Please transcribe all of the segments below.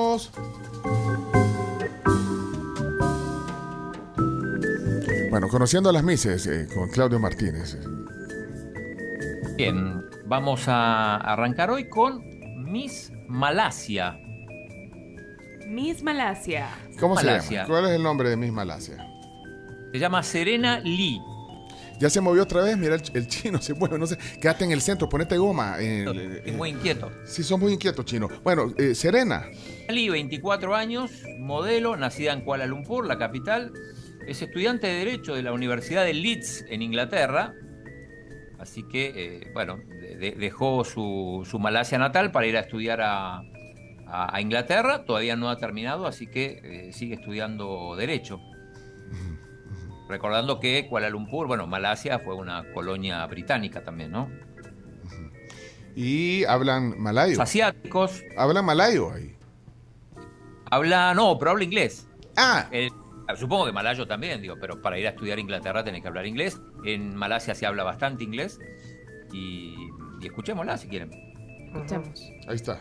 Volvemos. Bueno, conociendo a las Mises eh, con Claudio Martínez. eh, Bien, vamos a arrancar hoy con Miss Malasia. Miss Malasia. ¿Cómo se Malasia. llama? ¿Cuál es el nombre de Miss Malasia? Se llama Serena Lee. Ya se movió otra vez, mira, el, ch- el chino se mueve, no sé. Quédate en el centro, ponete goma. eh, eh, Es muy inquieto. Sí, son muy inquietos, chino. Bueno, eh, Serena. Ali, 24 años, modelo, nacida en Kuala Lumpur, la capital, es estudiante de Derecho de la Universidad de Leeds en Inglaterra, así que, eh, bueno, de- de- dejó su, su Malasia natal para ir a estudiar a, a- a Inglaterra, todavía no ha terminado, así que eh, sigue estudiando Derecho. Recordando que Kuala Lumpur, bueno, Malasia fue una colonia británica también, ¿no? Y hablan malayo. Los asiáticos, Hablan malayo ahí. habla, no, pero habla inglés. Ah, El- supongo que malayo también, digo, pero para ir a estudiar a Inglaterra tenés que hablar inglés. En Malasia se habla bastante inglés. Y, y escuchémosla si quieren. Escuchamos. ahí está.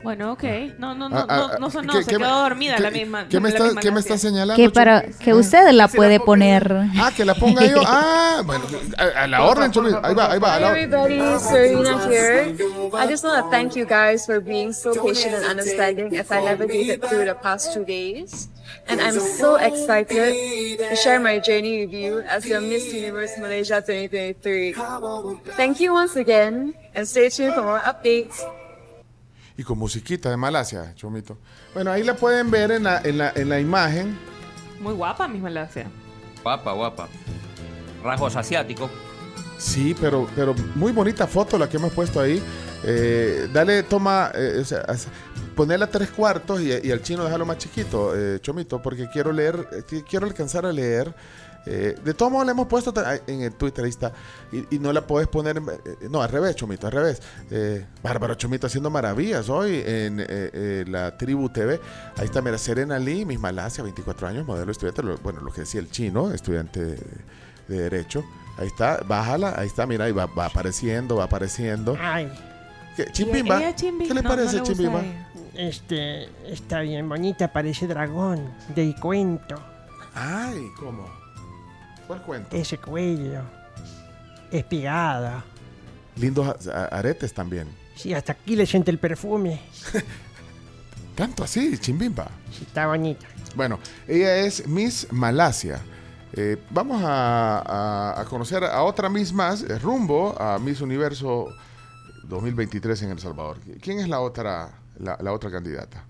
Bueno, ok. No, no, Ah, no, ah, no, no sonó, ¿qué- se qué me- quedó dormida qué- la misma. ¿Qué me la está, misma qué me gracia. está señalando? Que, para, chino? que usted la puede poner. Ah, que la ponga yo. Ah, bueno, a, a la orden, Chomito. Ahí va, ahí va, a la Hi orden. everybody, Serena here. I just want to thank you guys for being so patient and understanding as I navigated through the past two days. And I'm so excited to share my journey with you as your Miss Universe Malaysia 2023. Thank you once again and stay tuned for more updates. Y con musiquita de Malasia, Chomito. Bueno, ahí la pueden ver en la, en la, en la imagen. Muy guapa Miss Malasia. Guapa, guapa. Rasgos asiáticos. Sí, pero, pero muy bonita foto la que hemos puesto ahí. Eh, dale, toma, eh, o sea, haz- ponela a tres cuartos y, y al chino déjalo más chiquito, eh, Chomito, porque quiero leer, eh, qui- quiero alcanzar a leer. eh, de todos modos la hemos puesto ta- ah, en el Twitter, ahí está. Y, y no la podés poner, en- eh, no, al revés, Chomito, al revés. Eh, Bárbaro Chomito haciendo maravillas hoy en eh, eh, la Tribu TV. Ahí está, mira, Serena Lee, Miss Malasia, 24 años, modelo estudiante, lo- bueno, lo que decía el chino, estudiante de, de Derecho. Ahí está, bájala, ahí está, mira, ahí va, va apareciendo, va apareciendo. Ay, ¿Qué, Chimbimba? Ah, Ella es Chimbi. ¿Qué le No, parece no gusta Chimbimba? a ella. este, está bien bonita, parece dragón del cuento, Ay, ¿cómo? ¿Cuál cuento? ese cuello, espigado. Lindos a- a- aretes también. Sí, hasta aquí le siente el perfume. Tanto así, Chimbimba. Sí, está bonita. Bueno, ella es Miss Malasia. Eh, vamos a, a- a conocer a otra Miss más, eh, rumbo a Miss Universo 2023 en El Salvador. ¿Quién es la otra, la, la otra candidata?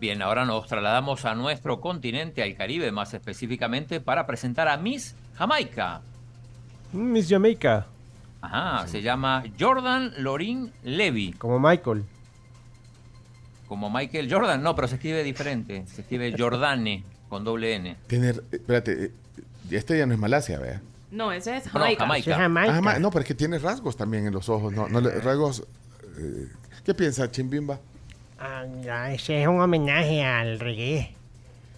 Bien, ahora nos trasladamos a nuestro continente, al Caribe más específicamente, para presentar a Miss Jamaica. Mm, Miss Jamaica, Ajá, se llama Jordan Lorin Levy. como Michael. Como Michael Jordan, no, pero se escribe diferente. Se escribe Jordane con doble N. Tener, eh, espérate, eh, este ya no es Malasia, ¿vea? No, ese es No, no, Jamaica. Jamaica. Sí, es Jamaica. Ah, ma- no, pero es que tiene rasgos también en los ojos, ¿no? no le- rasgos... eh, ¿Qué piensa Chimbimba? Ah, ya, ese es un homenaje al reggae,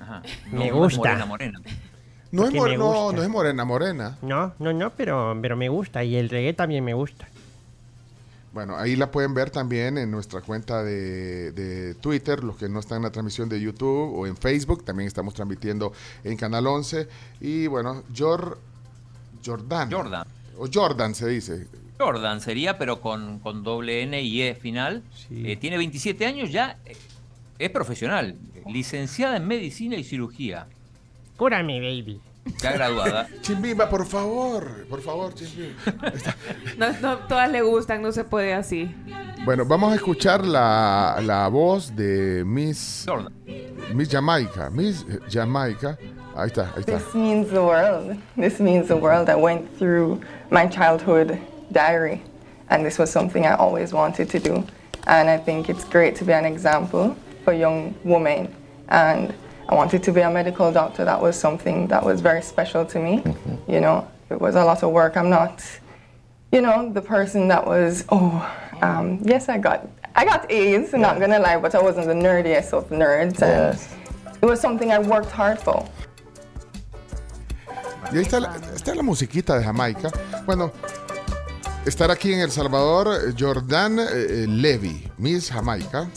Ajá. Me No, no es gusta. Morena, morena. No es, Porque more- me no, gusta. no es morena, morena. ¿no? No, no, pero, pero me gusta y el reggae también me gusta. Bueno, ahí la pueden ver también en nuestra cuenta de, de Twitter, los que no están en la transmisión de YouTube o en Facebook, también estamos transmitiendo en Canal 11. Y bueno, Jor, Jordan. Jordan. O Jordan se dice. Jordan sería, pero con, con doble N y E final. Sí. Eh, tiene 27 años, ya eh, es profesional, licenciada en medicina y cirugía, Cúrame, baby. ya graduada. Chimbimba, por favor, por favor, Chimbimba. No, no, todas le gustan, no se puede así. Bueno, vamos a escuchar la, la voz de Miss, Jordan. Miss Jamaica. Miss Jamaica. Ahí está, ahí está. This means the world. This means the world. I went through my childhood diary, and this was something I always wanted to do. And I think it's great to be an example for young women. And I wanted to be a medical doctor. That was something that was very special to me. You know, it was a lot of work. I'm not, you know, the person that was. Oh, um, yes, I got. I got A's. Not gonna lie, but I wasn't the nerdiest of nerds. And it was something I worked hard for. Y ahí está la, está la musiquita de Jamaica. Bueno, estar aquí en El Salvador, Jordan eh, eh, Levy, Miss Jamaica.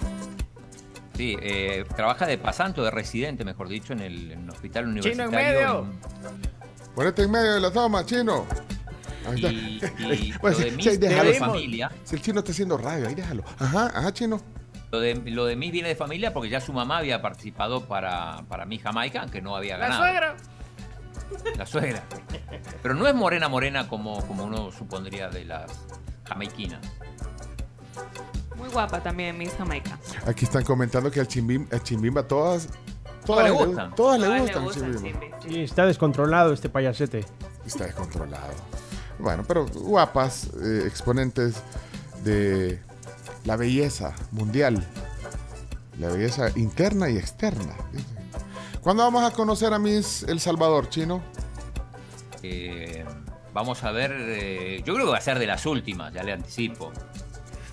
Sí, eh, trabaja de pasante o de residente, mejor dicho, en el, en el hospital Chino en universitario. medio. Ponete en medio de la toma, chino. Ahí está. Y, y Bueno, lo sí, de mí sí, viene déjalo. de familia. Si el chino está haciendo radio, ahí déjalo. Ajá, ajá, chino. Lo de, lo de mí viene de familia porque ya su mamá había participado para, para mi Jamaica, aunque no había La ganado. suegra. La suegra. Pero no es morena morena como, como uno supondría de las jamaiquinas. Muy guapa también, Miss Jamaica. Aquí están comentando que al chimbimba, al chimbimba todas, todas, le gu- gustan. Todas Ah, le Todas gustan. al gustan, chimbimba. sí, Y está descontrolado este payasete. Está descontrolado. Bueno, pero guapas, eh, exponentes de la belleza mundial, la belleza interna y externa. ¿Cuándo vamos a conocer a Miss El Salvador, chino? Eh, vamos a ver. eh, yo creo que va a ser de las últimas, ya le anticipo.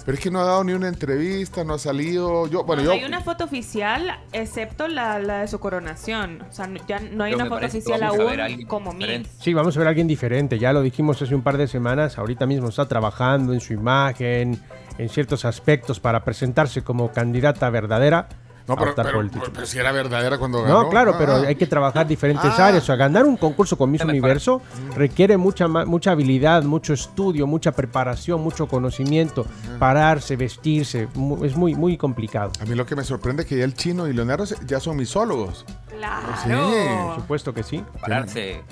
Pero es que no ha dado ni una entrevista, no ha salido. Yo, bueno, No, yo. Hay una foto oficial, excepto la, la de su coronación. O sea, no- ya no hay Pero una me foto parece que oficial vamos a ver a aún alguien como diferente. Oh, Miss. Sí, vamos a ver a alguien diferente. Ya lo dijimos hace un par de semanas. Ahorita mismo está trabajando en su imagen, en ciertos aspectos para presentarse como candidata verdadera. No, a pero, optar pero- por el título. pero si era verdadera cuando ganó. No, claro, Ah, pero ah. hay que trabajar diferentes Ah. Mm. áreas. O sea, ganar un concurso con Miss Déjame Universo requiere mucha, ma- mucha habilidad, mucho estudio, mucha preparación, mucho conocimiento. Pararse, vestirse, mu- es muy, muy complicado. A mí lo que me sorprende es que ya el chino y Leonardo se- ya son misólogos. Por Claro. supuesto que sí. Pararse.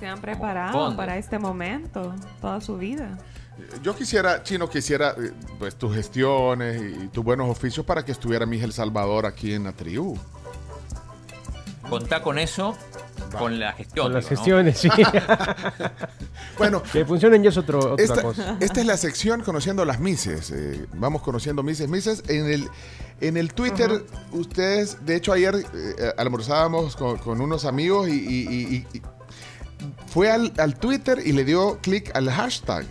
Se han Corresponde. preparado para este momento toda su vida. Yo quisiera, chino, quisiera eh, pues tus gestiones y, y tus buenos oficios para que estuviera Miss El Salvador aquí en la tribu. Contá con eso, con la gestión. Con las digo, ¿no? gestiones, sí. Bueno, que funcionen ya es otro, otra esta, cosa. esta es la sección conociendo las Mises. eh, vamos conociendo Mises, Mises. En el, en el Twitter, ustedes, de hecho ayer eh, almorzábamos con, con unos amigos y, y- y- y- y fue al, al Twitter y le dio clic al hashtag.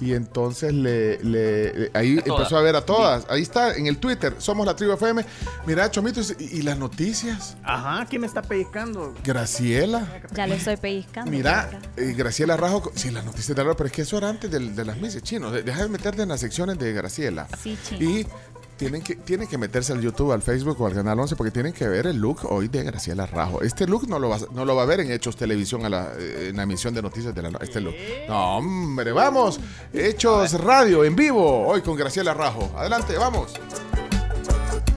Y entonces le, le- le- ahí A todas. empezó a ver a todas. Ahí está, en el Twitter, somos la tribu FM. Mira, Chomito, y, y las noticias. Ajá, ¿quién me está pellizcando? Graciela. Ya lo estoy pellizcando. Mira, Rebeca. eh, Graciela Rajo, co- sí, las noticias de ahora, pero es que eso era antes del- de, las mises chinos. De- Deja de meterte en las secciones de Graciela. Sí, chino. Y tienen que, tienen que meterse al YouTube, al Facebook o al Canal 11 porque tienen que ver el look hoy de Graciela Rajo. Este look no lo va, no lo va a ver en Hechos Televisión a la, eh, en la emisión de noticias de la noche. Este look. No, hombre, vamos. Hechos Radio en vivo hoy con Graciela Rajo. Adelante, vamos.